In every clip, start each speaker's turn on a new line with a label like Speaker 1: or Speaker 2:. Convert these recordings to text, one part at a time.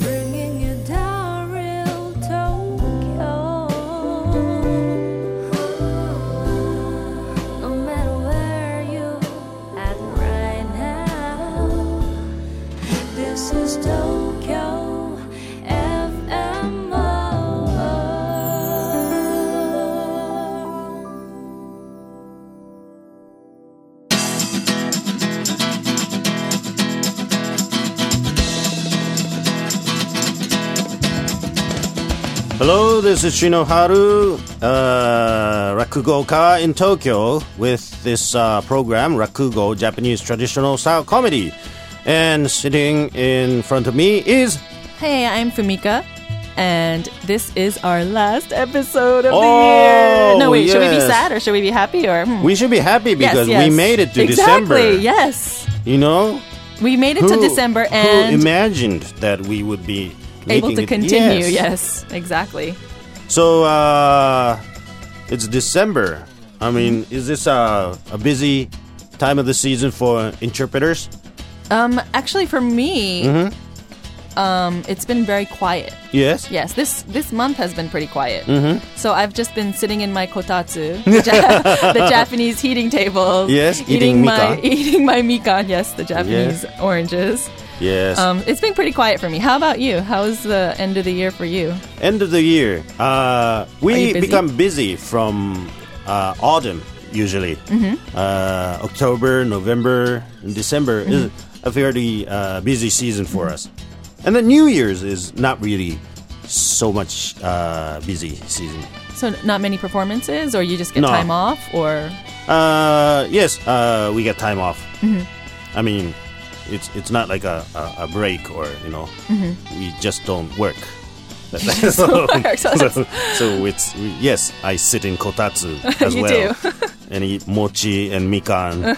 Speaker 1: Bringing you down real Tokyo. No matter where you at right now. This is Tokyo FMO.
Speaker 2: Hello, this is Shinoharu, uh, Rakugoka in Tokyo, with this uh, program, Rakugo, Japanese traditional style comedy. And sitting in front of me is.
Speaker 3: Hey, I'm Fumika, and this is our last episode of the
Speaker 2: Oh,
Speaker 3: year. No, wait, should we be
Speaker 2: yes.
Speaker 3: sad or should we be happy or? hmm.
Speaker 2: We should be happy
Speaker 3: Yes,
Speaker 2: because
Speaker 3: yes.
Speaker 2: we made it to
Speaker 3: exactly,
Speaker 2: December.
Speaker 3: Yes,
Speaker 2: You know?
Speaker 3: we made it to December
Speaker 2: Who
Speaker 3: and
Speaker 2: imagined that we would be
Speaker 3: able
Speaker 2: making
Speaker 3: to
Speaker 2: it-
Speaker 3: continue. Yes. exactly.
Speaker 2: So, uh, it's December. I mean, is this uh, a busy time of the season for interpreters?
Speaker 3: Um, actually, for me,
Speaker 2: Mm-hmm.
Speaker 3: um, it's been very quiet.
Speaker 2: Yes?
Speaker 3: Yes, this this month has been pretty quiet. Mm-hmm. So I've just been sitting in my kotatsu, the, Ja- the Japanese heating table.
Speaker 2: Yes, eating
Speaker 3: my
Speaker 2: mikan.
Speaker 3: eating my mikan. Yes, the Japanese oranges.
Speaker 2: Yes.
Speaker 3: Um, it's been pretty quiet for me. How about you? How is the end of the year for you?
Speaker 2: End of the year. Uh,
Speaker 3: you
Speaker 2: we
Speaker 3: busy?
Speaker 2: become busy from uh, autumn usually.
Speaker 3: Mm-hmm.
Speaker 2: Uh, October, November, and December
Speaker 3: Mm-hmm.
Speaker 2: is a fairly uh, busy season for us. And then New Year's is not really so much uh, busy season.
Speaker 3: So not many performances, or you just get
Speaker 2: No.
Speaker 3: time off, or
Speaker 2: Uh, yes, uh, we get time off.
Speaker 3: Mm-hmm.
Speaker 2: I mean, it's it's not like a, a, a break or you know
Speaker 3: Mm-hmm.
Speaker 2: we just don't work. so,
Speaker 3: work, so that's-
Speaker 2: so it's yes, I sit in kotatsu as
Speaker 3: You
Speaker 2: well and eat mochi and mikan.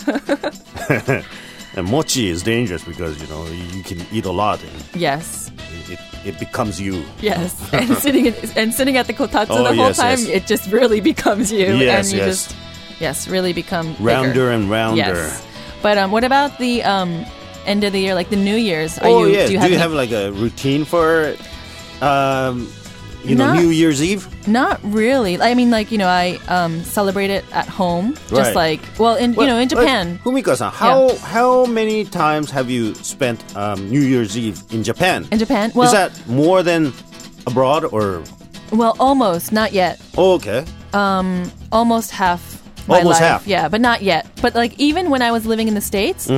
Speaker 2: and mochi is dangerous because you know you can eat a lot and
Speaker 3: yes,
Speaker 2: it, it becomes you.
Speaker 3: yes, and sitting in, and sitting at the kotatsu
Speaker 2: Oh,
Speaker 3: the whole
Speaker 2: yes,
Speaker 3: time,
Speaker 2: yes.
Speaker 3: it just really becomes you,
Speaker 2: Yes,
Speaker 3: and you
Speaker 2: yes.
Speaker 3: just yes, really become bigger.
Speaker 2: Rounder and rounder.
Speaker 3: Yes, but um, what about the um end of the year, like the New Year's? Are
Speaker 2: oh
Speaker 3: you,
Speaker 2: yeah,
Speaker 3: do you have, any-
Speaker 2: like a routine for um, you know
Speaker 3: Not-
Speaker 2: New Year's Eve?
Speaker 3: Not really. I mean, like you know, I um celebrate it at home,
Speaker 2: Right.
Speaker 3: just like well, in you know, in Japan.
Speaker 2: Humiko-san, how how many times have you spent um, New Year's Eve in Japan?
Speaker 3: In Japan? Well-
Speaker 2: is that more than abroad or
Speaker 3: Well, almost, not yet.
Speaker 2: oh, okay?
Speaker 3: almost half my
Speaker 2: Almost
Speaker 3: life.
Speaker 2: half.
Speaker 3: Yeah, but not yet. But like even when I was living in the states,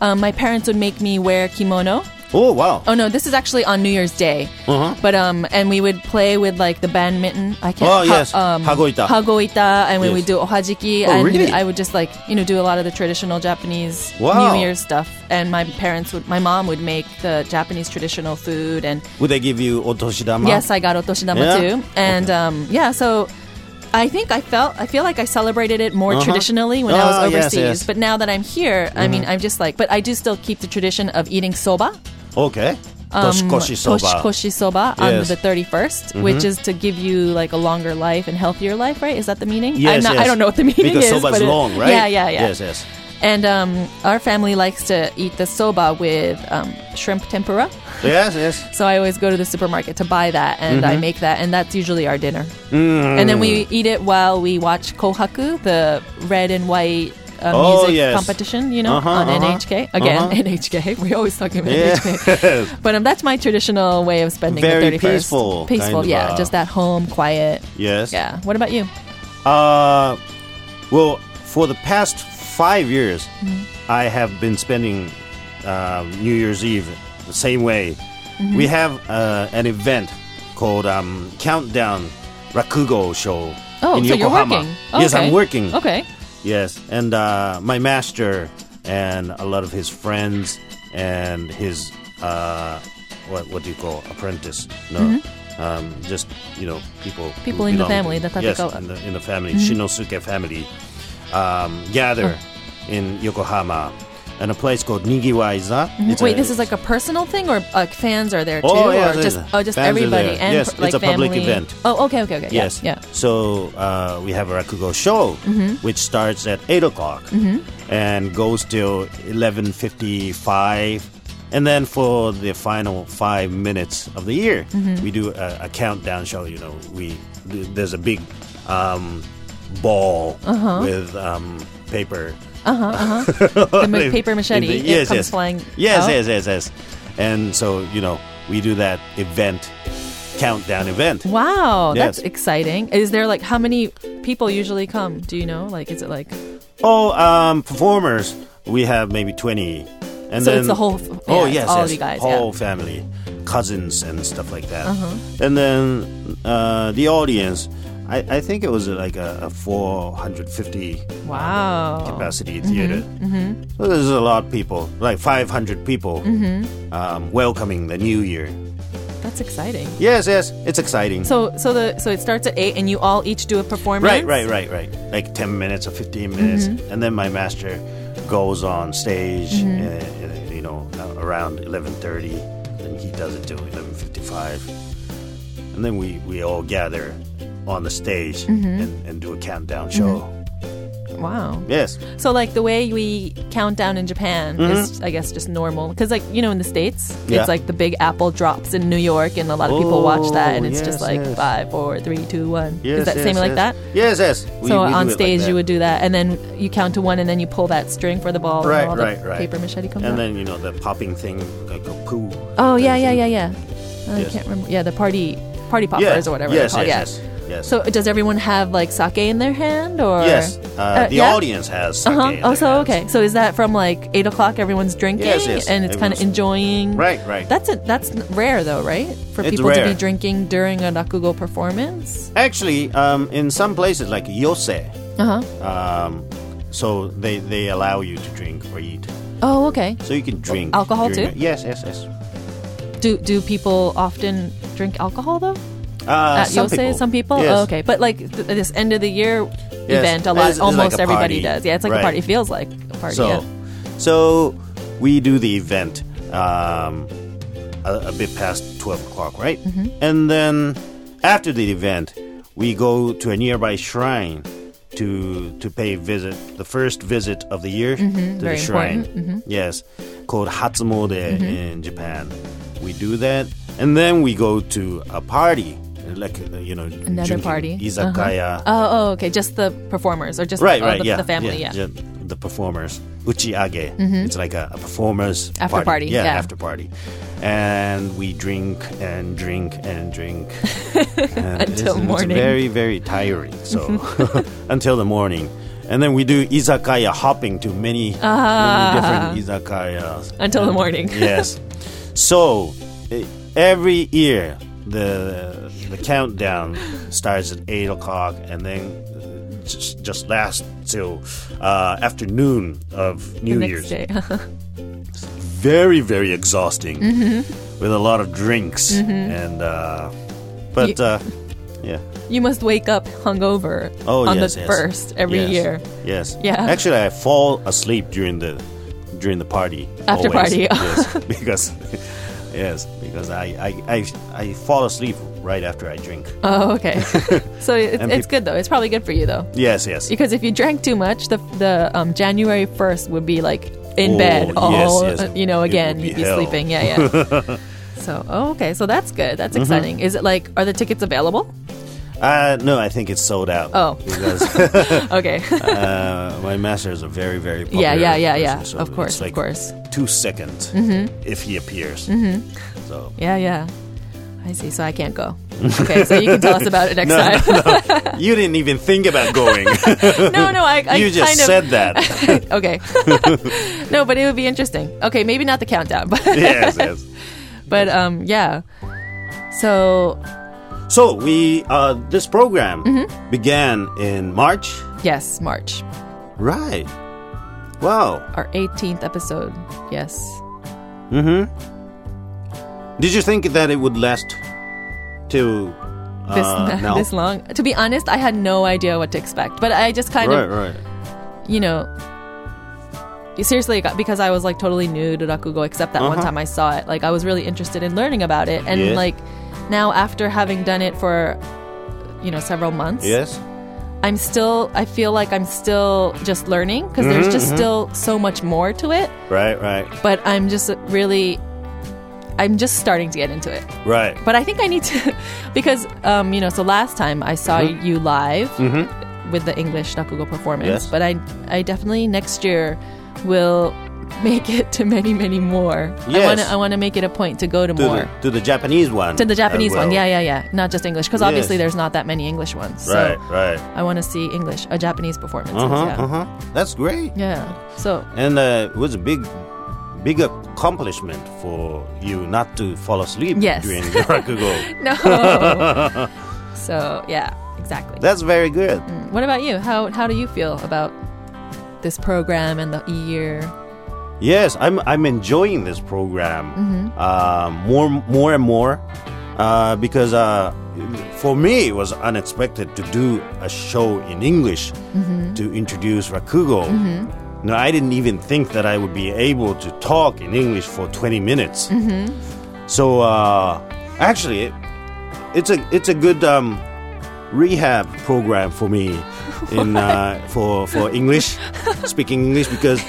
Speaker 3: um, my parents would make me wear kimono.
Speaker 2: Oh wow!
Speaker 3: Oh no, this is actually on New Year's Day.
Speaker 2: Uh-huh.
Speaker 3: But um, and we would play with like the badminton. I can't. um,
Speaker 2: Oh, yes. Hagoita.
Speaker 3: Hagoita, and when we
Speaker 2: Yes.
Speaker 3: do ohajiki,
Speaker 2: Oh,
Speaker 3: and
Speaker 2: really?
Speaker 3: I would just like you know do a lot of the traditional Japanese
Speaker 2: Wow.
Speaker 3: New Year stuff. And my parents would, my mom would make the Japanese traditional food and
Speaker 2: Would they give you otoshidama?
Speaker 3: Yes, I got otoshidama
Speaker 2: Yeah?
Speaker 3: too, and um, yeah, so I think I felt I feel like I celebrated it more
Speaker 2: Uh-huh.
Speaker 3: traditionally when I
Speaker 2: Ah,
Speaker 3: was
Speaker 2: yes, yes.
Speaker 3: overseas.
Speaker 2: Mm-hmm.
Speaker 3: But now that I'm here, I mean, I'm just like, but I do still keep the tradition of eating soba,
Speaker 2: okay.
Speaker 3: Um,
Speaker 2: Toshikoshi soba.
Speaker 3: toshikoshi Mm. soba on
Speaker 2: Yes. Mm-hmm.
Speaker 3: the 31st, which is to give you like a longer life and healthier life, right? Is that the meaning? I'm
Speaker 2: Yes,
Speaker 3: not, I
Speaker 2: yes.
Speaker 3: don't know what the meaning
Speaker 2: because
Speaker 3: is.
Speaker 2: soba's
Speaker 3: but it-
Speaker 2: long, right?
Speaker 3: Yeah, yeah, yeah.
Speaker 2: Yes, yes.
Speaker 3: And um, our family likes to eat the soba with um, shrimp tempura.
Speaker 2: Yes, yes.
Speaker 3: So I always go to the supermarket to buy that, and I
Speaker 2: Mm-hmm.
Speaker 3: make that, and that's usually our dinner.
Speaker 2: Mm.
Speaker 3: And then we eat it while we watch Kohaku, the red and white uh,
Speaker 2: Oh,
Speaker 3: music
Speaker 2: yes.
Speaker 3: competition, you know,
Speaker 2: Uh-huh,
Speaker 3: on
Speaker 2: uh-huh,
Speaker 3: NHK. Again,
Speaker 2: uh-huh.
Speaker 3: NHK. We're always talking about
Speaker 2: Yeah.
Speaker 3: NHK. But um, that's my traditional way of spending
Speaker 2: Very
Speaker 3: the 31st.
Speaker 2: peaceful kind
Speaker 3: Peaceful,
Speaker 2: of,
Speaker 3: yeah.
Speaker 2: uh,
Speaker 3: just at home, quiet.
Speaker 2: Yes.
Speaker 3: Yeah. What about you?
Speaker 2: Uh, well, for the past five years,
Speaker 3: Mm-hmm.
Speaker 2: I have been spending uh, New Year's Eve the same way.
Speaker 3: Mm-hmm.
Speaker 2: We have uh, an event called um, Countdown Rakugo Show
Speaker 3: Oh,
Speaker 2: in Yokohama.
Speaker 3: so you're working. Oh,
Speaker 2: Yes,
Speaker 3: okay.
Speaker 2: I'm working.
Speaker 3: Okay.
Speaker 2: Yes, and uh, my master and a lot of his friends and his uh, what what do you call apprentice? No, um, just you know people who
Speaker 3: Mm-hmm. People in the
Speaker 2: belong
Speaker 3: family,
Speaker 2: to-
Speaker 3: that's what they
Speaker 2: yes,
Speaker 3: call it.
Speaker 2: in the in the family
Speaker 3: Mm-hmm.
Speaker 2: Shinosuke family um, gather
Speaker 3: Oh.
Speaker 2: in Yokohama and a place called Nigiwaiza. It's
Speaker 3: Mm-hmm. Wait,
Speaker 2: a-
Speaker 3: this is like a personal thing, or uh, fans are there too,
Speaker 2: Oh, yeah,
Speaker 3: or
Speaker 2: there's
Speaker 3: just
Speaker 2: a-
Speaker 3: oh, just
Speaker 2: fans are
Speaker 3: everybody
Speaker 2: there.
Speaker 3: and
Speaker 2: Yes,
Speaker 3: like
Speaker 2: it's a public
Speaker 3: family?
Speaker 2: event.
Speaker 3: Oh, okay, okay, okay. yeah,
Speaker 2: Yes.
Speaker 3: Yeah. Mm-hmm.
Speaker 2: So uh, we have a Rakugo show, which starts at eight o'clock and goes till eleven fifty-five, And then for the final five minutes of the year,
Speaker 3: Mm-hmm.
Speaker 2: we do a, a countdown show. You know, we there's a big um, ball
Speaker 3: Uh-huh.
Speaker 2: with um, paper
Speaker 3: The ma- paper machete
Speaker 2: in
Speaker 3: it
Speaker 2: the- Oh, yes,
Speaker 3: comes
Speaker 2: yes.
Speaker 3: flying. Oh.
Speaker 2: Yes,
Speaker 3: out.
Speaker 2: yes, yes, yes. And so, you know, we do that event, countdown event.
Speaker 3: Wow,
Speaker 2: Yes.
Speaker 3: that's exciting. Is there like how many people usually come? Do you know? Like, is it like
Speaker 2: Oh, um, performers, we have maybe 20. And
Speaker 3: So
Speaker 2: then,
Speaker 3: it's the whole f-
Speaker 2: oh,
Speaker 3: yeah,
Speaker 2: yes,
Speaker 3: all
Speaker 2: yes,
Speaker 3: of you guys, yeah. Uh-huh.
Speaker 2: Whole family, cousins and stuff like that. And then uh, the audience, I, I think it was uh, like a, a 450
Speaker 3: wow?
Speaker 2: capacity theater.
Speaker 3: Mm-hmm,
Speaker 2: So there's a lot of people, like 500 people
Speaker 3: Mm-hmm.
Speaker 2: um, welcoming the new year.
Speaker 3: That's exciting.
Speaker 2: Yes, yes, it's exciting.
Speaker 3: So so the so it starts at eight, and you all each do a performance.
Speaker 2: Right, right, right, right. Like 10 minutes or 15 minutes.
Speaker 3: Mm-hmm.
Speaker 2: And then my master goes on stage, uh, uh, you know, a- around 11.30. And he does it till 11.55. And then we, we all gather on the stage
Speaker 3: Mm-hmm.
Speaker 2: and, and do a countdown show.
Speaker 3: Wow.
Speaker 2: Yes.
Speaker 3: So like the way we count down in Japan is, I guess, just normal because like you know in the states
Speaker 2: Mm-hmm. Yeah.
Speaker 3: it's like the big apple drops in New York, and a lot of people watch that, and it's
Speaker 2: Oh,
Speaker 3: just
Speaker 2: yes,
Speaker 3: like
Speaker 2: yes.
Speaker 3: five, four, three, two, one.
Speaker 2: yes
Speaker 3: is that
Speaker 2: yes,
Speaker 3: same like
Speaker 2: yes.
Speaker 3: that?
Speaker 2: Yes, yes. We-
Speaker 3: so
Speaker 2: we do it
Speaker 3: on
Speaker 2: like
Speaker 3: stage
Speaker 2: that.
Speaker 3: you would do that, and then you count to one, and then you pull that string for the ball,
Speaker 2: Right,
Speaker 3: and all the
Speaker 2: right, right.
Speaker 3: paper machete comes out.
Speaker 2: And then, you know, the popping thing, like a poo.
Speaker 3: Oh yeah,
Speaker 2: thing.
Speaker 3: yeah, yeah, yeah. Oh, I
Speaker 2: Yes.
Speaker 3: can't remember. Yeah, the party party
Speaker 2: Yeah.
Speaker 3: poppers or whatever
Speaker 2: Yes,
Speaker 3: they're called.
Speaker 2: yes,
Speaker 3: yeah.
Speaker 2: yes, yes.
Speaker 3: So does everyone have like sake in their hand or?
Speaker 2: Yes, uh, the
Speaker 3: yeah?
Speaker 2: audience has sake
Speaker 3: Uh-huh.
Speaker 2: in
Speaker 3: Oh,
Speaker 2: their
Speaker 3: so
Speaker 2: hands.
Speaker 3: okay. So is that from like eight o'clock? Everyone's drinking
Speaker 2: Yes, yes,
Speaker 3: and it's kind of
Speaker 2: everyone's-
Speaker 3: enjoying.
Speaker 2: Right, right.
Speaker 3: That's it. That's n- rare though, right? For
Speaker 2: It's
Speaker 3: people to be
Speaker 2: rare.
Speaker 3: drinking during a rakugo performance.
Speaker 2: Actually, um, in some places like Yose,
Speaker 3: Uh huh.
Speaker 2: um, so they, they allow you to drink or eat.
Speaker 3: Oh, okay.
Speaker 2: So you can drink
Speaker 3: alcohol
Speaker 2: during
Speaker 3: too?
Speaker 2: the- Yes, yes, yes.
Speaker 3: Do do people often drink alcohol though?
Speaker 2: Uh,
Speaker 3: At Yosei, some people.
Speaker 2: Yes.
Speaker 3: Oh, okay, but like th- this end of the year event, a
Speaker 2: It's-
Speaker 3: lot,
Speaker 2: it's like
Speaker 3: almost
Speaker 2: a
Speaker 3: everybody
Speaker 2: party.
Speaker 3: does. Yeah, it's like a
Speaker 2: Right.
Speaker 3: party. It feels like a party.
Speaker 2: So,
Speaker 3: yeah.
Speaker 2: so we do the event um, a, a bit past twelve o'clock, right?
Speaker 3: Mm-hmm.
Speaker 2: And then after the event, we go to a nearby shrine to to pay visit the first visit of the year to
Speaker 3: Mm-hmm. very Mm-hmm.
Speaker 2: the shrine. Yes, called Hatsumode in Japan. We do that, and then we go to a party, like uh, you know,
Speaker 3: Another
Speaker 2: drinking
Speaker 3: party. Uh-huh.
Speaker 2: izakaya.
Speaker 3: Oh, oh, okay. Just the performers, or just
Speaker 2: Right,
Speaker 3: uh,
Speaker 2: right,
Speaker 3: the,
Speaker 2: yeah,
Speaker 3: the family, yeah. Mm-hmm.
Speaker 2: the performers, uchiage. It's like a, a performers
Speaker 3: After party,
Speaker 2: yeah,
Speaker 3: yeah.
Speaker 2: after party, and we drink and drink and drink and it's-
Speaker 3: Until morning. Mm-hmm.
Speaker 2: It's very, very tiring. So until the morning, and then we do izakaya hopping to many, many different izakayas
Speaker 3: Ah. Until the morning.
Speaker 2: yes. So e- every year the the countdown starts at eight o'clock and then uh, just just lasts till uh, afternoon of New
Speaker 3: the
Speaker 2: Year's.
Speaker 3: next day.
Speaker 2: Very very exhausting
Speaker 3: Mm-hmm.
Speaker 2: with a lot of drinks and uh, but
Speaker 3: You-
Speaker 2: uh, yeah.
Speaker 3: you must wake up hungover
Speaker 2: Oh
Speaker 3: on
Speaker 2: yes,
Speaker 3: the
Speaker 2: yes.
Speaker 3: first every
Speaker 2: Yes,
Speaker 3: year.
Speaker 2: Yes.
Speaker 3: Yeah.
Speaker 2: Actually, I fall asleep during the during the party.
Speaker 3: After
Speaker 2: always.
Speaker 3: party. oh.
Speaker 2: yes, because yes, because I, I I I fall asleep right after I drink.
Speaker 3: Oh, okay. so it's,
Speaker 2: And
Speaker 3: it's
Speaker 2: peop-
Speaker 3: good though. It's probably good for you though,
Speaker 2: Yes, yes.
Speaker 3: because if you drank too much, the the um, January first would be like in
Speaker 2: Oh,
Speaker 3: bed
Speaker 2: yes,
Speaker 3: all
Speaker 2: yes.
Speaker 3: uh, you know
Speaker 2: It
Speaker 3: again.
Speaker 2: would be
Speaker 3: You'd be
Speaker 2: hell.
Speaker 3: sleeping. Yeah, yeah. so oh, okay. So that's good. That's
Speaker 2: Mm-hmm.
Speaker 3: exciting. Is it like are the tickets available?
Speaker 2: Uh, no, I think it's sold out.
Speaker 3: Oh.
Speaker 2: because
Speaker 3: Okay.
Speaker 2: uh, my master is a very very popular
Speaker 3: yeah, yeah, yeah, yeah.
Speaker 2: person, so
Speaker 3: of course,
Speaker 2: it's like
Speaker 3: of course. Mm-hmm.
Speaker 2: two seconds if he appears. So
Speaker 3: Yeah, yeah. I see. So I can't go. Okay, so you can tell us about it next
Speaker 2: No,
Speaker 3: time. No,
Speaker 2: you didn't even think about going.
Speaker 3: no, I, I
Speaker 2: you just
Speaker 3: kind of,
Speaker 2: said that.
Speaker 3: okay. no, but it would be interesting. Okay, maybe not the countdown, but
Speaker 2: yes, yes.
Speaker 3: but um, yeah. So
Speaker 2: So we uh, this program
Speaker 3: Mm-hmm.
Speaker 2: began in March,
Speaker 3: yes, March,
Speaker 2: right? Wow.
Speaker 3: our 18th episode. Yes,
Speaker 2: Did you think that it would last till uh,
Speaker 3: this
Speaker 2: now?
Speaker 3: this long. To be honest, I had no idea what to expect, but I just kind
Speaker 2: right,
Speaker 3: of
Speaker 2: right.
Speaker 3: you know seriously got- because i was like totally new to rakugo except that one time i saw it like i was really interested in learning about it and
Speaker 2: Uh-huh. Yeah.
Speaker 3: like now after having done it for you know several months
Speaker 2: Yes.
Speaker 3: I'm still, I feel like I'm still just learning because
Speaker 2: Mm-hmm,
Speaker 3: there's just still so much more to it.
Speaker 2: Right, right,
Speaker 3: But I'm just really, I'm just starting to get into it.
Speaker 2: right.
Speaker 3: But I think I need to, because, um, you know, so last time I saw you live with the English Nakugo performance.
Speaker 2: Mm-hmm. Yes.
Speaker 3: But I, I definitely next year will make it to many, many more.
Speaker 2: Yes.
Speaker 3: I want to I wanna make it a point to go to
Speaker 2: To
Speaker 3: more.
Speaker 2: the, to the Japanese one.
Speaker 3: to the Japanese one. Yeah,
Speaker 2: yeah.
Speaker 3: yeah, yeah. Not just English, because obviously
Speaker 2: Yes.
Speaker 3: there's not that many English ones. So
Speaker 2: Right, right.
Speaker 3: I want to see English, a Japanese performance.
Speaker 2: Uh huh,
Speaker 3: yeah.
Speaker 2: uh huh. That's great.
Speaker 3: yeah. So
Speaker 2: And uh, it was a big, big accomplishment for you not to fall asleep
Speaker 3: Yes.
Speaker 2: during Rakugo.
Speaker 3: no. so yeah, exactly.
Speaker 2: That's very good.
Speaker 3: what about you? How how do you feel about this program and the year?
Speaker 2: Yes, I'm I'm enjoying this program uh, more more and more uh, because uh, for me it was unexpected to do a show in English to introduce Rakugo. No, I didn't even think that I would be able to talk in English for 20 minutes. So uh, actually, it, it's a it's a good um, rehab program for me in uh, for for English speaking English because.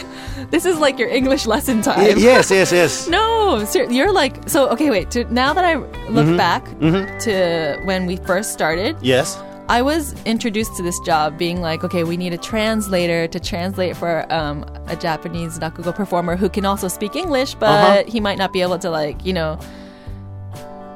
Speaker 3: This is like your English lesson time.
Speaker 2: Y- yes, yes, yes.
Speaker 3: No, ser- you're like so. Okay, wait. To, now that I look back to when we first started,
Speaker 2: Yes.
Speaker 3: I was introduced to this job being like, okay, we need a translator to translate for um, a Japanese Nakugo performer who can also speak English, but
Speaker 2: Uh-huh.
Speaker 3: he might not be able to, like, you know,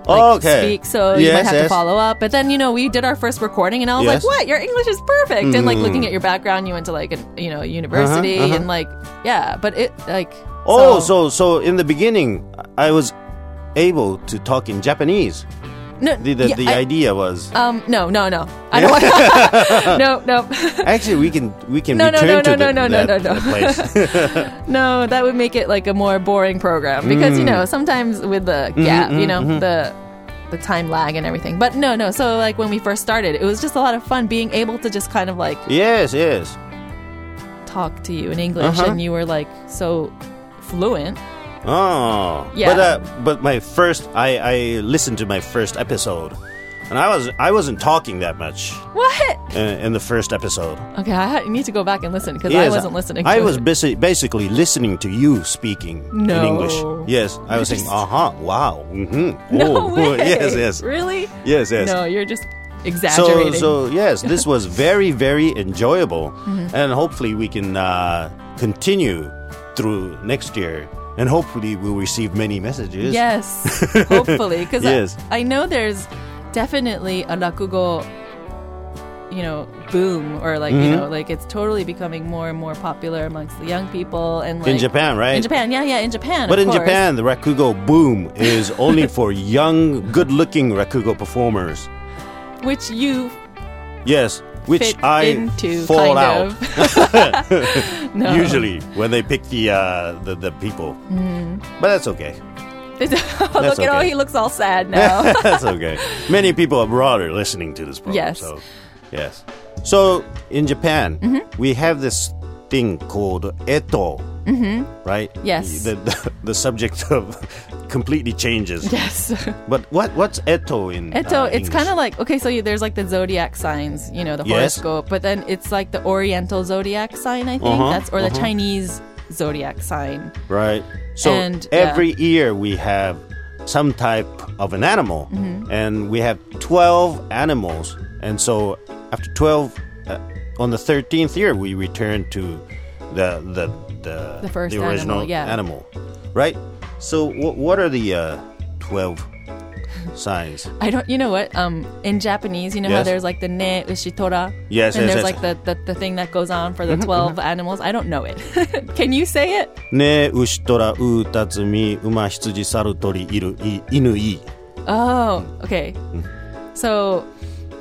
Speaker 3: like,
Speaker 2: Oh, okay.
Speaker 3: speak. So you might have to follow up. But then, you know, we did our first recording and I was
Speaker 2: Yes. Hmm.
Speaker 3: like, what? Your English is perfect. And like looking at your background, you went to like, a, you know, university and like, yeah, but it like.
Speaker 2: Uh-huh, Oh, so so in the beginning, I was able to talk in Japanese.
Speaker 3: no,
Speaker 2: The the,
Speaker 3: yeah,
Speaker 2: the
Speaker 3: I-
Speaker 2: idea was
Speaker 3: um, no, no, no. I don't want No, no.
Speaker 2: actually we can we can
Speaker 3: No, no,
Speaker 2: return to
Speaker 3: no, no,
Speaker 2: the,
Speaker 3: no, no,
Speaker 2: that,
Speaker 3: no, no.
Speaker 2: that place.
Speaker 3: No, that would make it like a more boring program because
Speaker 2: Mm.
Speaker 3: you know sometimes with the
Speaker 2: Mm-hmm,
Speaker 3: gap, you know the the time lag and everything. But no, no. So like when we first started, it was just a lot of fun being able to just kind of like
Speaker 2: yes, yes.
Speaker 3: talk to you in English,
Speaker 2: Uh-huh.
Speaker 3: and you were like so fluent.
Speaker 2: Oh,
Speaker 3: Yeah.
Speaker 2: But uh, but my first, I I listened to my first episode, and I was I wasn't talking that much
Speaker 3: What?
Speaker 2: uh, in the first episode.
Speaker 3: Okay, I ha- need to go back and listen because I
Speaker 2: Yes,
Speaker 3: wasn't listening. To
Speaker 2: I was
Speaker 3: it.
Speaker 2: basi- basically listening to you speaking in
Speaker 3: No.
Speaker 2: English. Yes, I was saying, uh huh, wow, mm-hmm,
Speaker 3: No way.
Speaker 2: yes, yes,
Speaker 3: Oh, Really?
Speaker 2: yes, yes.
Speaker 3: No, you're just
Speaker 2: so,
Speaker 3: exaggerating.
Speaker 2: so yes, this was very, very enjoyable,
Speaker 3: Mm-hmm.
Speaker 2: and hopefully we can uh, continue through next year, and hopefully we'll receive many messages.
Speaker 3: Yes, hopefully, because
Speaker 2: Yes.
Speaker 3: I, I know there's definitely a rakugo, you know, boom or like
Speaker 2: Mm-hmm.
Speaker 3: you know, like it's totally becoming more and more popular amongst the young people and like,
Speaker 2: in Japan, right?
Speaker 3: In Japan, yeah, yeah, in Japan.
Speaker 2: But
Speaker 3: of
Speaker 2: in
Speaker 3: course.
Speaker 2: Japan, the rakugo boom is only for young, good-looking rakugo performers.
Speaker 3: which you
Speaker 2: Yes, which
Speaker 3: fit
Speaker 2: I
Speaker 3: into
Speaker 2: fall
Speaker 3: kind
Speaker 2: out.
Speaker 3: of. no.
Speaker 2: usually when they pick the uh, the, the people.
Speaker 3: Mm-hmm.
Speaker 2: But that's okay.
Speaker 3: look at oh,
Speaker 2: okay.
Speaker 3: he looks all sad now.
Speaker 2: that's okay. Many people abroad are listening to this program.
Speaker 3: Yes.
Speaker 2: So, yes. So in Japan,
Speaker 3: Mm-hmm.
Speaker 2: we have this thing called eto, right?
Speaker 3: Mm-hmm. Yes.
Speaker 2: The, the, the subject of completely changes.
Speaker 3: yes.
Speaker 2: But what what's eto in
Speaker 3: Eto,
Speaker 2: uh, English?
Speaker 3: it's kind of like okay, so you, there's like the zodiac signs, you know, the
Speaker 2: Yes.
Speaker 3: horoscope, but then it's like the Oriental zodiac sign, I think
Speaker 2: Uh-huh,
Speaker 3: that's or the Chinese zodiac sign.
Speaker 2: Right. So
Speaker 3: And, yeah.
Speaker 2: every year we have some type of an animal,
Speaker 3: Mm-hmm.
Speaker 2: and we have 12 animals. And so after 12, uh, on the 13th year, we return to the the the,
Speaker 3: The first
Speaker 2: original
Speaker 3: animal, yeah.
Speaker 2: animal, right? So wh- what are the uh, 12 signs?
Speaker 3: I don't, you know what? Um, in Japanese, you know how
Speaker 2: Yes.
Speaker 3: there's like the ne
Speaker 2: Yes,
Speaker 3: ushitora, and
Speaker 2: yes, Mm-hmm,
Speaker 3: there's
Speaker 2: yes.
Speaker 3: like the, the the thing that goes on for the 12 animals. I don't know it. Can you say it?
Speaker 2: Ne ushi tora u tatsumi uma hitsuji saru tori iru i, inu i.
Speaker 3: Oh, okay.
Speaker 2: Mm.
Speaker 3: So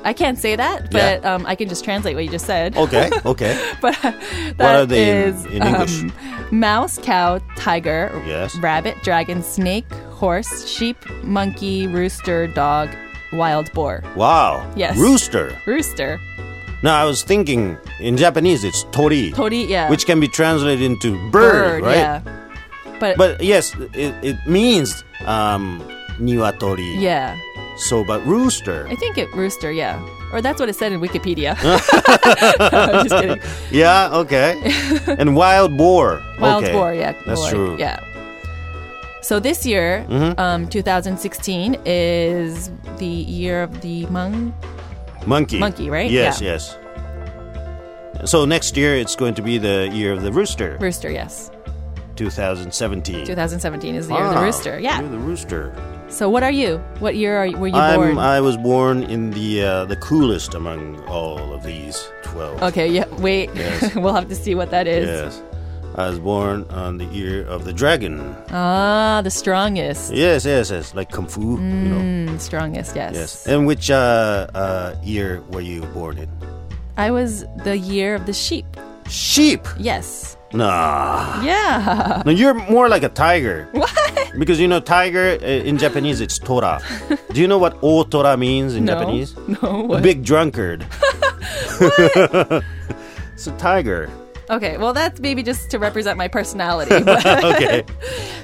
Speaker 3: I can't say that, but um, I can just translate what you just said.
Speaker 2: Okay, okay.
Speaker 3: but
Speaker 2: Oh. are
Speaker 3: that
Speaker 2: they in-
Speaker 3: is
Speaker 2: in English?
Speaker 3: um, mouse, cow, tiger,
Speaker 2: Yes.
Speaker 3: rabbit, dragon, snake, horse, sheep, monkey, rooster, dog, wild boar,
Speaker 2: Wow.
Speaker 3: Yes.
Speaker 2: Rooster.
Speaker 3: rooster,
Speaker 2: No, I was thinking in Japanese it's tori,
Speaker 3: tori, yeah,
Speaker 2: which can be translated into bird,
Speaker 3: bird,
Speaker 2: right?
Speaker 3: yeah. But,
Speaker 2: But yes, it, it means um, niwatori.
Speaker 3: yeah,
Speaker 2: soba rooster.
Speaker 3: I think it rooster, yeah. Or that's what it said in Wikipedia. I'm just kidding.
Speaker 2: Yeah, okay. and wild boar.
Speaker 3: Wild
Speaker 2: okay.
Speaker 3: boar, yeah.
Speaker 2: That's
Speaker 3: boar,
Speaker 2: true. Mm-hmm.
Speaker 3: Yeah. So this year, um, 2016, is the year of the monk.
Speaker 2: Monkey.
Speaker 3: Monkey, right?
Speaker 2: Yes,
Speaker 3: Yeah.
Speaker 2: yes. So next year it's going to be the year of the rooster,
Speaker 3: Rooster, yes.
Speaker 2: 2017.
Speaker 3: 2017 is the year of the
Speaker 2: Ah,
Speaker 3: rooster. Yeah.
Speaker 2: Year of the rooster.
Speaker 3: So what are you? What year are you, were you
Speaker 2: I'm, uh,
Speaker 3: born?
Speaker 2: I was born in the uh, the coolest among all of these 12.
Speaker 3: okay, yeah. Wait.
Speaker 2: Yes.
Speaker 3: we'll have to see what that is.
Speaker 2: Yes. I was born on the year of the dragon.
Speaker 3: Ah, the strongest.
Speaker 2: Yes, yes, yes. Like kung fu, you know.
Speaker 3: Mm, strongest, yes.
Speaker 2: Yes. And which uh, uh, year were you born in?
Speaker 3: I was the year of the sheep.
Speaker 2: Sheep.
Speaker 3: Yes.
Speaker 2: Nah.
Speaker 3: Yeah.
Speaker 2: No, you're more like a tiger. What? Because you know, tiger uh, in Japanese it's tora. Do you know what o tora means in Japanese?
Speaker 3: No.
Speaker 2: A
Speaker 3: What?
Speaker 2: big drunkard. it's a tiger.
Speaker 3: Okay, well, that's maybe just to represent my personality. but
Speaker 2: Okay.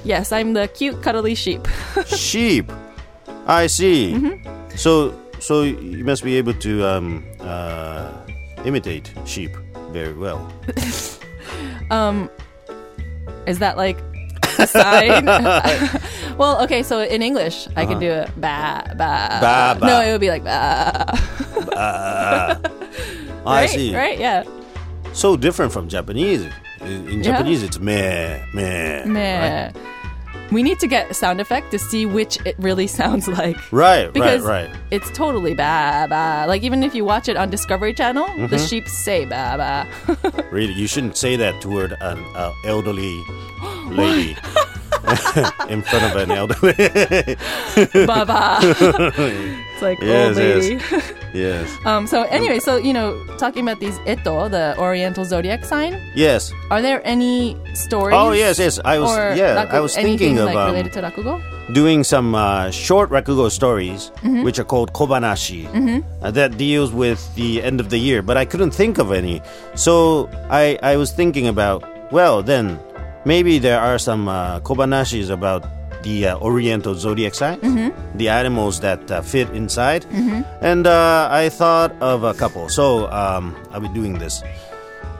Speaker 3: yes, I'm the cute, cuddly sheep.
Speaker 2: Sheep. I see.
Speaker 3: Mm-hmm.
Speaker 2: So, so you must be able to um, uh, imitate sheep very well.
Speaker 3: Is that like a sign? well, okay, so in English, I can do it. Ba, ba.
Speaker 2: Uh-huh. Ba, ba.
Speaker 3: No, it would be like ba.
Speaker 2: I
Speaker 3: Right?
Speaker 2: see.
Speaker 3: Right? Yeah.
Speaker 2: So different from Japanese. In, in
Speaker 3: Yeah.
Speaker 2: Japanese, it's meh, meh.
Speaker 3: Meh. We need to get sound effect to see which it really sounds like.
Speaker 2: Right, right,
Speaker 3: Because
Speaker 2: right.
Speaker 3: it's totally ba ba. Like even if you watch it on Discovery Channel, the
Speaker 2: Mm-hmm.
Speaker 3: sheep say ba ba.
Speaker 2: Really, you shouldn't say that toward an uh, elderly lady in front of an elderly.
Speaker 3: ba ba. it's like oh,
Speaker 2: Yes,
Speaker 3: old lady.
Speaker 2: yes.
Speaker 3: Um, so anyway, so you know, talking about these Eto, the Oriental zodiac sign,
Speaker 2: Yes.
Speaker 3: are there any stories?
Speaker 2: Oh, yes, yes. I was
Speaker 3: or
Speaker 2: yeah. I
Speaker 3: raku-
Speaker 2: was
Speaker 3: anything,
Speaker 2: thinking of
Speaker 3: like,
Speaker 2: um,
Speaker 3: related to rakugo.
Speaker 2: doing some uh, short rakugo stories, which are called kobanashi, uh, that deals with the end of the year. But I couldn't think of any, so I I was thinking about well then maybe there are some uh, kobanashis about the uh, Oriental zodiac signs, the animals that uh, fit inside, and uh, I thought of a couple. So um, I'll be doing this.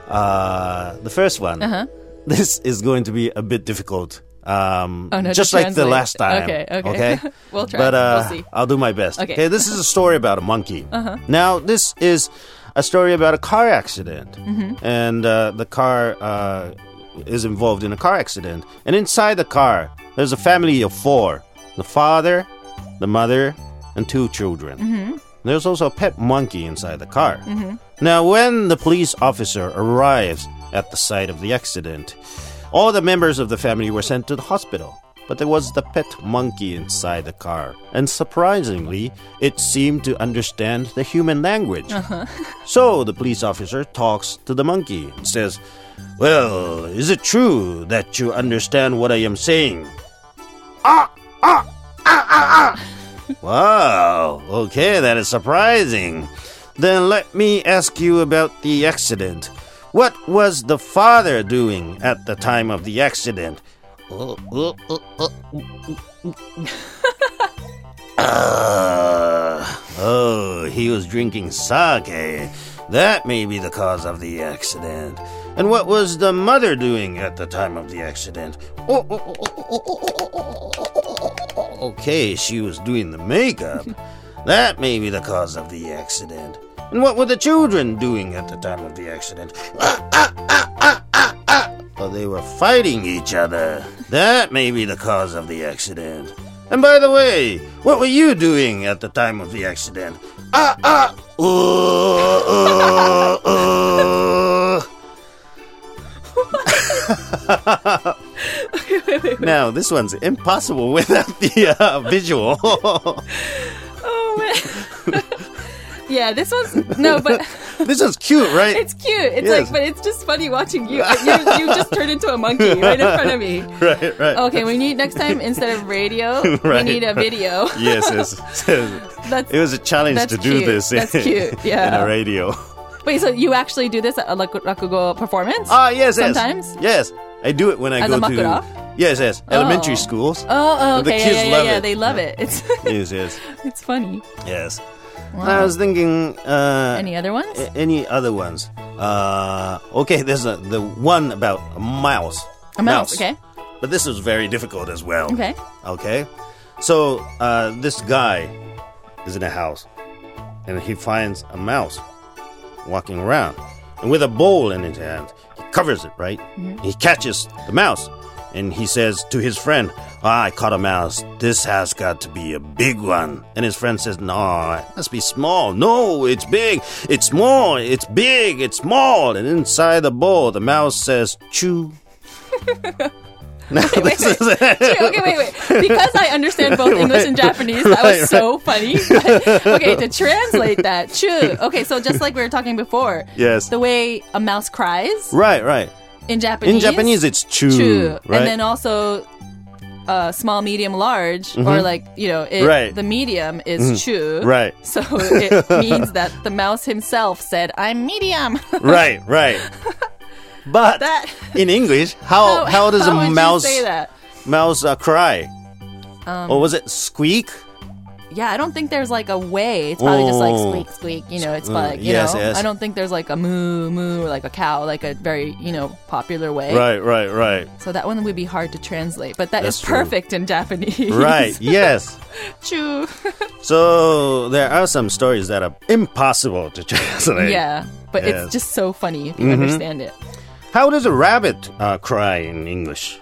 Speaker 2: Uh, the first one.
Speaker 3: Uh-huh.
Speaker 2: This is going to be a bit difficult. Um,
Speaker 3: Oh no,
Speaker 2: just
Speaker 3: to
Speaker 2: like the
Speaker 3: translate.
Speaker 2: last time.
Speaker 3: Okay, okay. We'll try.
Speaker 2: But uh,
Speaker 3: We'll see.
Speaker 2: I'll do my best.
Speaker 3: Okay.
Speaker 2: this is a story about a monkey. Uh-huh. Now, this is a story about a car accident,
Speaker 3: Mm-hmm.
Speaker 2: and uh, the car uh, is involved in a car accident. And inside the car, there's a family of four: the father, the mother, and two children.
Speaker 3: Mm-hmm.
Speaker 2: There's also a pet monkey inside the car. Now, when the police officer arrives at the site of the accident, all the members of the family were sent to the hospital. But there was the pet monkey inside the car, and surprisingly, it seemed to understand the human language. So the police officer talks to the monkey and says, Well, is it true that you understand what I am saying? Wow, okay, that is surprising. Then let me ask you about the accident. What was the father doing at the time of the accident? Uh, uh, uh, uh, uh, oh, he was drinking sake. That may be the cause of the accident. And what was the mother doing at the time of the accident? Oh, oh, oh, oh, oh, oh, oh, oh, oh, oh, oh. Okay, she was doing the makeup. that may be the cause of the accident. And what were the children doing at the time of the accident? Well, they were fighting each other. That may be the cause of the accident. And by the way, what were you doing at the time of the accident? Ah, ah! Uh, uh, uh. now, this one's impossible without the uh, visual.
Speaker 3: Oh man. yeah, this one's no, but
Speaker 2: this one's cute, right?
Speaker 3: it's cute. It's
Speaker 2: Yes.
Speaker 3: like, but it's just funny watching you. You, you just turned into a monkey right in front of me.
Speaker 2: right, right.
Speaker 3: Okay, we need next time instead of radio, we
Speaker 2: Right.
Speaker 3: need a video.
Speaker 2: Yes, yes.
Speaker 3: That's
Speaker 2: it was a challenge
Speaker 3: That's
Speaker 2: to do
Speaker 3: cute.
Speaker 2: this.
Speaker 3: That's cute,
Speaker 2: In
Speaker 3: yeah.
Speaker 2: a radio.
Speaker 3: wait. So you actually do this at a raku- rakugo performance?
Speaker 2: Ah, yes, yes.
Speaker 3: Sometimes?
Speaker 2: Yes. I do it when I
Speaker 3: As
Speaker 2: go
Speaker 3: a makura?
Speaker 2: to Yes, yes. Elementary schools.
Speaker 3: Oh, oh,
Speaker 2: The
Speaker 3: okay. yeah,
Speaker 2: kids
Speaker 3: yeah, yeah,
Speaker 2: love
Speaker 3: yeah,
Speaker 2: it.
Speaker 3: They love it. It's
Speaker 2: Yes, yes,
Speaker 3: it's funny.
Speaker 2: yes. I was thinking. Uh,
Speaker 3: Any other ones?
Speaker 2: a- any other ones? Uh, okay, there's a, the one about a mouse.
Speaker 3: A mouse, okay.
Speaker 2: But this is very difficult as well.
Speaker 3: Okay.
Speaker 2: Okay. So uh, this guy is in a house, and he finds a mouse walking around, and with a bowl in his hand, he covers it. Right.
Speaker 3: Mm-hmm.
Speaker 2: He catches the mouse, and he says to his friend, "Ah, "I caught a mouse. This has got to be a big one." And his friend says, "No, it must be small. No, it's big. It's small. It's big. It's small." And inside the bowl, the mouse says, "Chew." Now, this is
Speaker 3: Wait, okay, wait, wait. Because I understand both English and Japanese, that was
Speaker 2: right,
Speaker 3: so funny. okay, to translate that, chu. Okay, so just like we were talking before,
Speaker 2: Yes.
Speaker 3: the way a mouse cries
Speaker 2: Right, right.
Speaker 3: in Japanese,
Speaker 2: In Japanese, it's chu,
Speaker 3: chu,
Speaker 2: right?
Speaker 3: and then also uh, small, medium, large, or like you know, it,
Speaker 2: Mm-hmm. Right. Mm-hmm.
Speaker 3: the medium is chu,
Speaker 2: Right.
Speaker 3: So it means that the mouse himself said, "I'm medium."
Speaker 2: right, right. But
Speaker 3: That-
Speaker 2: in English, Oh, how how, does
Speaker 3: would
Speaker 2: a
Speaker 3: you
Speaker 2: mouse
Speaker 3: say that? Um,
Speaker 2: mouse uh, cry? or was it squeak?
Speaker 3: Yeah, I don't think there's like a way. It's probably just like
Speaker 2: Oh.
Speaker 3: squeak, squeak. You know, it's like you
Speaker 2: yes,
Speaker 3: know.
Speaker 2: yes.
Speaker 3: I don't think there's like a moo, moo, or like a cow, like a very you know popular way.
Speaker 2: Right, right, right,
Speaker 3: So that one would be hard to translate, but that is
Speaker 2: That's true.
Speaker 3: perfect in Japanese.
Speaker 2: right. yes.
Speaker 3: Choo.
Speaker 2: So there are some stories that are impossible to translate.
Speaker 3: yeah, but
Speaker 2: Yes. Mm-hmm.
Speaker 3: it's just so funny if you understand it.
Speaker 2: How does a rabbit uh, cry in English?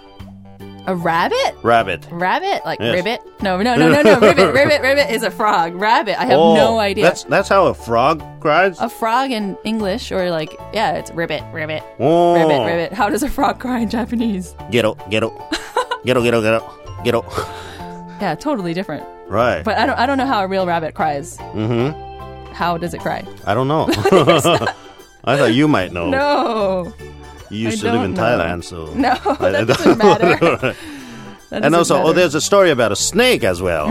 Speaker 3: A rabbit.
Speaker 2: Rabbit.
Speaker 3: Rabbit, like
Speaker 2: Yes.
Speaker 3: ribbit? No, no, no, no, no. ribbit, ribbit, ribbit is a frog. Rabbit, I have
Speaker 2: oh,
Speaker 3: no idea.
Speaker 2: That's that's how a frog cries.
Speaker 3: A frog in English, or like, yeah, it's ribbit, ribbit,
Speaker 2: oh.
Speaker 3: ribbit, ribbit. How does a frog cry in Japanese?
Speaker 2: Get up, get up, get up, get up, get up, get up.
Speaker 3: Yeah, totally different.
Speaker 2: Right.
Speaker 3: But I don't, I don't know how a real rabbit cries. Mm-hmm. How does it cry?
Speaker 2: I don't know. I thought you might know.
Speaker 3: No,
Speaker 2: you used to
Speaker 3: I
Speaker 2: live
Speaker 3: don't
Speaker 2: in
Speaker 3: know.
Speaker 2: Thailand, so
Speaker 3: no,
Speaker 2: I- I
Speaker 3: that
Speaker 2: don't-
Speaker 3: doesn't matter. That
Speaker 2: and
Speaker 3: doesn't
Speaker 2: also, oh,
Speaker 3: matter. Mm-hmm.
Speaker 2: there's a story about a snake as well.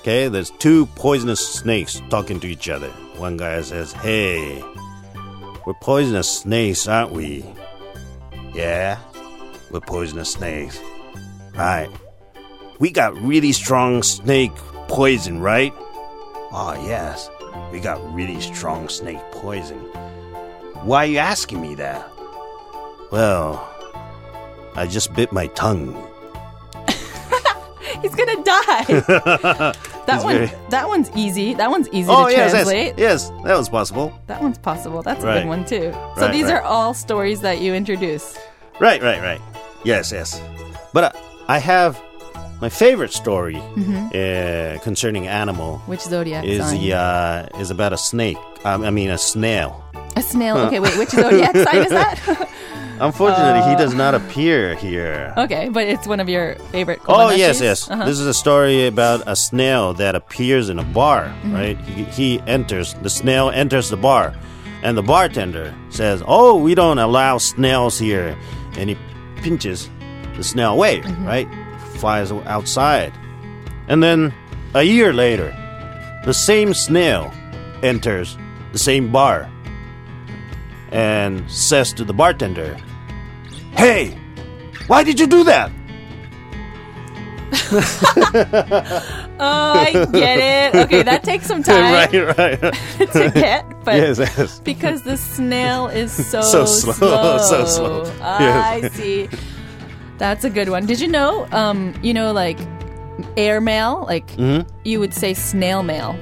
Speaker 2: Okay, there's two poisonous snakes talking to each other. One guy says, "Hey, we're poisonous snakes, aren't we?" Yeah, we're poisonous snakes. Right. We got really strong snake poison, right? Ah, yes. We got really strong snake poison. Why are you asking me that? Well, I just bit my tongue.
Speaker 3: he's gonna die. that
Speaker 2: He's
Speaker 3: one,
Speaker 2: very-
Speaker 3: that one's easy. That one's easy
Speaker 2: Oh
Speaker 3: to
Speaker 2: yes,
Speaker 3: translate.
Speaker 2: yes, yes, that was possible.
Speaker 3: That one's possible. That's a
Speaker 2: Right.
Speaker 3: good one too. So
Speaker 2: Right,
Speaker 3: these
Speaker 2: right.
Speaker 3: are all stories that you introduce.
Speaker 2: Right, right, right. Yes, yes. But uh, I have my favorite story uh, concerning animal
Speaker 3: Mm-hmm. Which zodiac
Speaker 2: is
Speaker 3: sign?
Speaker 2: the uh, is about a snake. Um, I mean, a snail.
Speaker 3: A snail. Okay, wait. Which zodiac sign is that?
Speaker 2: Unfortunately, he does not appear here.
Speaker 3: okay, but it's one of your favorite.
Speaker 2: Oh
Speaker 3: Kobaneshis?
Speaker 2: yes, yes.
Speaker 3: Uh-huh.
Speaker 2: This is a story about a snail that appears in a bar. Right? He, he enters. The snail enters the bar, and the bartender says, "Oh, we don't allow snails here," and he pinches the snail away. Right? Flies outside, and then a year later, the same snail enters the same bar and says to the bartender, "Hey, why did you do that?"
Speaker 3: Oh, I get it. Okay, that takes some time
Speaker 2: right, right.
Speaker 3: to get, but
Speaker 2: yes, yes.
Speaker 3: because the snail is so
Speaker 2: So slow, so slow.
Speaker 3: slow. Ah,
Speaker 2: Yes.
Speaker 3: I see. That's a good one. Did you know? Um, you know, like air mail, like
Speaker 2: Mm-hmm.
Speaker 3: you would say snail mail.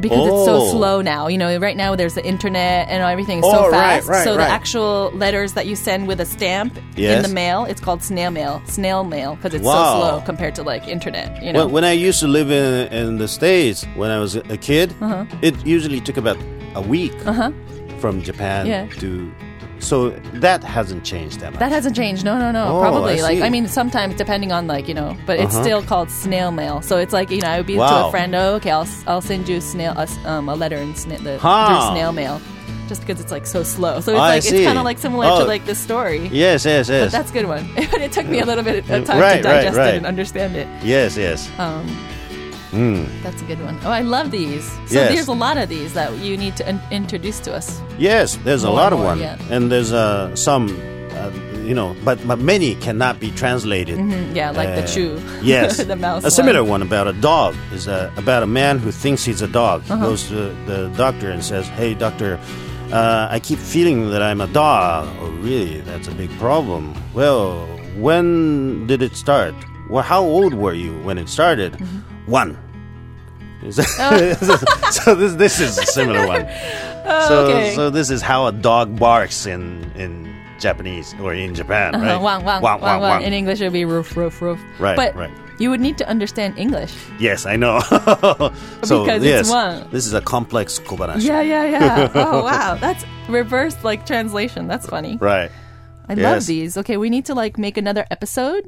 Speaker 3: Because it's
Speaker 2: Oh.
Speaker 3: so slow now, you know. Right now, there's the internet and everything is
Speaker 2: Oh,
Speaker 3: so
Speaker 2: right,
Speaker 3: fast.
Speaker 2: right,
Speaker 3: so
Speaker 2: right.
Speaker 3: the actual letters that you send with a stamp in
Speaker 2: Yes.
Speaker 3: the mail, it's called snail mail, snail mail, because it's
Speaker 2: Wow.
Speaker 3: so slow compared to like internet. You know,
Speaker 2: When, when I used to live in in the states when I was a kid,
Speaker 3: Uh-huh.
Speaker 2: it usually took about a week from Japan
Speaker 3: Yeah.
Speaker 2: to. So that hasn't changed that much.
Speaker 3: That hasn't changed. No, no, no.
Speaker 2: Oh,
Speaker 3: Probably.
Speaker 2: I see.
Speaker 3: like
Speaker 2: Uh-huh.
Speaker 3: I mean, sometimes depending on like you know, but it's still called snail mail. So it's like you know, I would be to
Speaker 2: Wow.
Speaker 3: a friend. Oh, okay, I'll, s- I'll send you snail a, s- um, a letter in sna- the,
Speaker 2: Huh.
Speaker 3: through snail mail, just because it's like so slow. So it's
Speaker 2: I
Speaker 3: like
Speaker 2: see.
Speaker 3: it's kind of like similar
Speaker 2: Oh.
Speaker 3: to like this story.
Speaker 2: yes, yes, yes, Uh,
Speaker 3: That's a good one. But it took me a little bit of time
Speaker 2: Right, right,
Speaker 3: to digest
Speaker 2: right.
Speaker 3: it and understand it.
Speaker 2: yes, yes.
Speaker 3: Um, That's a good one. Oh, I love these. So
Speaker 2: Yes.
Speaker 3: there's a lot of these that you need to in- introduce to us.
Speaker 2: Yes, there's a
Speaker 3: More
Speaker 2: lot
Speaker 3: and
Speaker 2: of
Speaker 3: more,
Speaker 2: one,
Speaker 3: yeah.
Speaker 2: and there's uh, some uh, you know, but, but many cannot be translated.
Speaker 3: Yeah, like the
Speaker 2: Uh,
Speaker 3: chew.
Speaker 2: Yes,
Speaker 3: the mouse.
Speaker 2: A similar
Speaker 3: one.
Speaker 2: one about a dog is uh, about a man who thinks he's a dog. He
Speaker 3: Uh-huh.
Speaker 2: goes to the doctor and says, "Hey, doctor, uh, I keep feeling that I'm a dog. Oh, really? That's a big problem. Well, when did it start? Well, how old were you when it started?
Speaker 3: Mm-hmm.
Speaker 2: One."
Speaker 3: Oh.
Speaker 2: so this this is a similar one. so
Speaker 3: Oh, okay.
Speaker 2: so this is how a dog barks in in Japanese or in Japan,
Speaker 3: Uh-huh,
Speaker 2: right?
Speaker 3: Wang, wang,
Speaker 2: Wang, wang, wang.
Speaker 3: In English, it would be roof, roof, roof.
Speaker 2: Right,
Speaker 3: but
Speaker 2: right.
Speaker 3: You would need to understand English.
Speaker 2: Yes, I know. so
Speaker 3: Because it's
Speaker 2: yes,
Speaker 3: one.
Speaker 2: this is a complex kobanashi.
Speaker 3: Yeah, yeah, yeah. oh, wow. That's reverse like translation. That's funny.
Speaker 2: Right.
Speaker 3: I love
Speaker 2: Yes.
Speaker 3: these. Okay, we need to like make another episode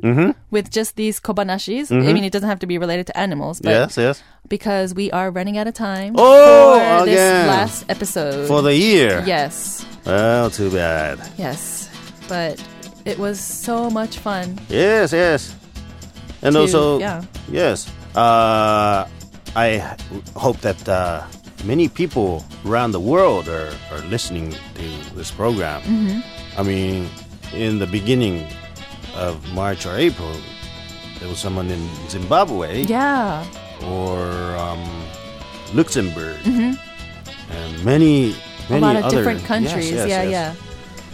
Speaker 3: with just these kobanashis. I mean, it doesn't have to be related to animals, but
Speaker 2: yes, yes.
Speaker 3: because we are running out of time
Speaker 2: Oh,
Speaker 3: for this
Speaker 2: again.
Speaker 3: last episode.
Speaker 2: For the year.
Speaker 3: yes,
Speaker 2: Well, too bad.
Speaker 3: yes. But it was so much fun.
Speaker 2: Yes, yes. And
Speaker 3: To-
Speaker 2: also,
Speaker 3: yeah.
Speaker 2: yes. Uh, I h- hope that uh, many people around the world are, are listening to this program.
Speaker 3: Mm-hmm.
Speaker 2: I mean, in the beginning of March or April, there was someone in Zimbabwe.
Speaker 3: Yeah.
Speaker 2: or um, Luxembourg, and many, many
Speaker 3: Mm-hmm. a lot
Speaker 2: other
Speaker 3: of different
Speaker 2: yes,
Speaker 3: countries.
Speaker 2: yes,
Speaker 3: yeah,
Speaker 2: yes.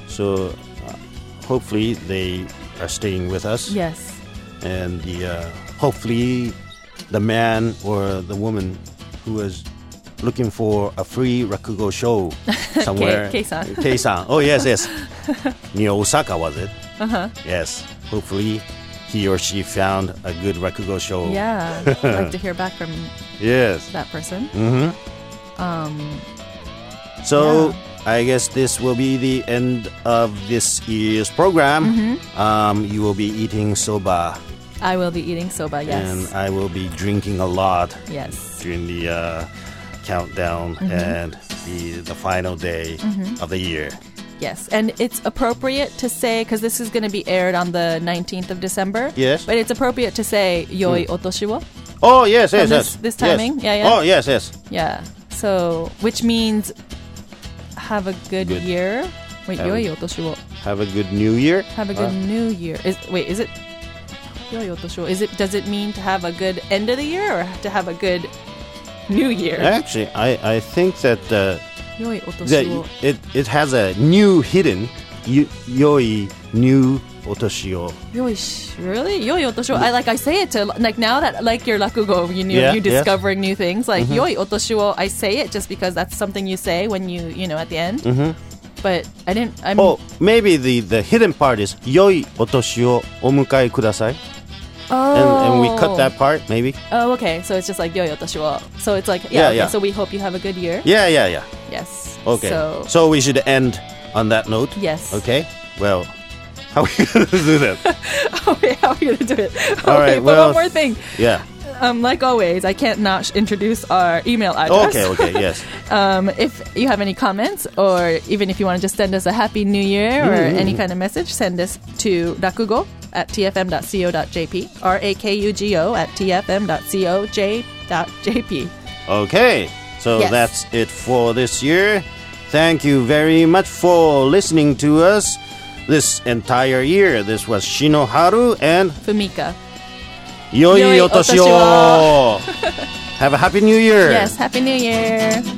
Speaker 2: So uh, hopefully they are staying with us,
Speaker 3: yeah. Yes.
Speaker 2: and the uh, hopefully the man or the woman who is looking for a free rakugo show somewhere,
Speaker 3: Kei-san.
Speaker 2: Kei-san. Oh yes, yes. Near Osaka was it? Uh
Speaker 3: Uh-huh.
Speaker 2: huh. Yes. Hopefully. He or she found a good rakugo show.
Speaker 3: Yeah. I'd like to hear back from
Speaker 2: Yes.
Speaker 3: that person.
Speaker 2: So I guess this will be the end of this year's program.
Speaker 3: Mm-hmm.
Speaker 2: Um, you will be eating soba,
Speaker 3: I will be eating soba. Yes.
Speaker 2: and I will be drinking a lot
Speaker 3: yes.
Speaker 2: during the uh, countdown
Speaker 3: Mm-hmm.
Speaker 2: and the the final day of the year.
Speaker 3: Yes. And it's appropriate to say because this is going to be aired on the 19th of December.
Speaker 2: Yes.
Speaker 3: But it's appropriate to say yoi otoshi wo.
Speaker 2: Oh yes, yes,
Speaker 3: this-
Speaker 2: yes.
Speaker 3: this
Speaker 2: yes.
Speaker 3: timing? Yeah, yeah.
Speaker 2: Oh yes, yes.
Speaker 3: Yeah. So which means have a good,
Speaker 2: Good.
Speaker 3: year. Wait,
Speaker 2: Have-
Speaker 3: yoi otoshi wo.
Speaker 2: Have a good New Year. Uh,
Speaker 3: Have a good new year. Is wait, is it yoi otoshi wo? Is it does it mean to have a good end of the year or to have a good new year?
Speaker 2: Actually, I I think that. Uh,
Speaker 3: Yoi otoshi
Speaker 2: that
Speaker 3: wo.
Speaker 2: it, it has a new hidden y- yoi new otoshio
Speaker 3: Yoish, really? Yoi otosho. I like I say it to like now that like your lakugo, you know,
Speaker 2: Yeah, Mm-hmm.
Speaker 3: you
Speaker 2: yes.
Speaker 3: discovering new things. Like yoi otosho, wo, I say it just because that's something you say when you you know at the end. Mm-hmm. But I didn't. I'm
Speaker 2: Oh, maybe the, the hidden part is yoi otoshi o omukai kudasai. And, and we cut that part, maybe.
Speaker 3: Oh, okay. So it's just like yoi otosho. wo. So it's like yeah.
Speaker 2: Yeah,
Speaker 3: okay,
Speaker 2: yeah.
Speaker 3: So we hope you have a good year.
Speaker 2: Yeah, yeah, yeah.
Speaker 3: Yes.
Speaker 2: Okay.
Speaker 3: So,
Speaker 2: we should end on that note.
Speaker 3: Yes.
Speaker 2: Okay. Well, how are we going to do that?
Speaker 3: okay, how are we gonna do it?
Speaker 2: All
Speaker 3: okay,
Speaker 2: right,
Speaker 3: But
Speaker 2: well-
Speaker 3: one more thing.
Speaker 2: Yeah.
Speaker 3: Um, like always, I can't not sh- introduce our email address.
Speaker 2: Okay, okay, yes.
Speaker 3: Um, if you have any comments, or even if you want to just send us a happy new year or any kind of message, send us to rakugo at tfm.co.jp, R A K U G O at tfm.co.jp.
Speaker 2: Okay. So
Speaker 3: Yes.
Speaker 2: that's it for this year. Thank you very much for listening to us this entire year. This was Shinoharu and
Speaker 3: Fumika.
Speaker 2: Yoi,
Speaker 3: Yoi
Speaker 2: Otoshio.
Speaker 3: otoshi
Speaker 2: Have a happy new year.
Speaker 3: Yes, happy new year.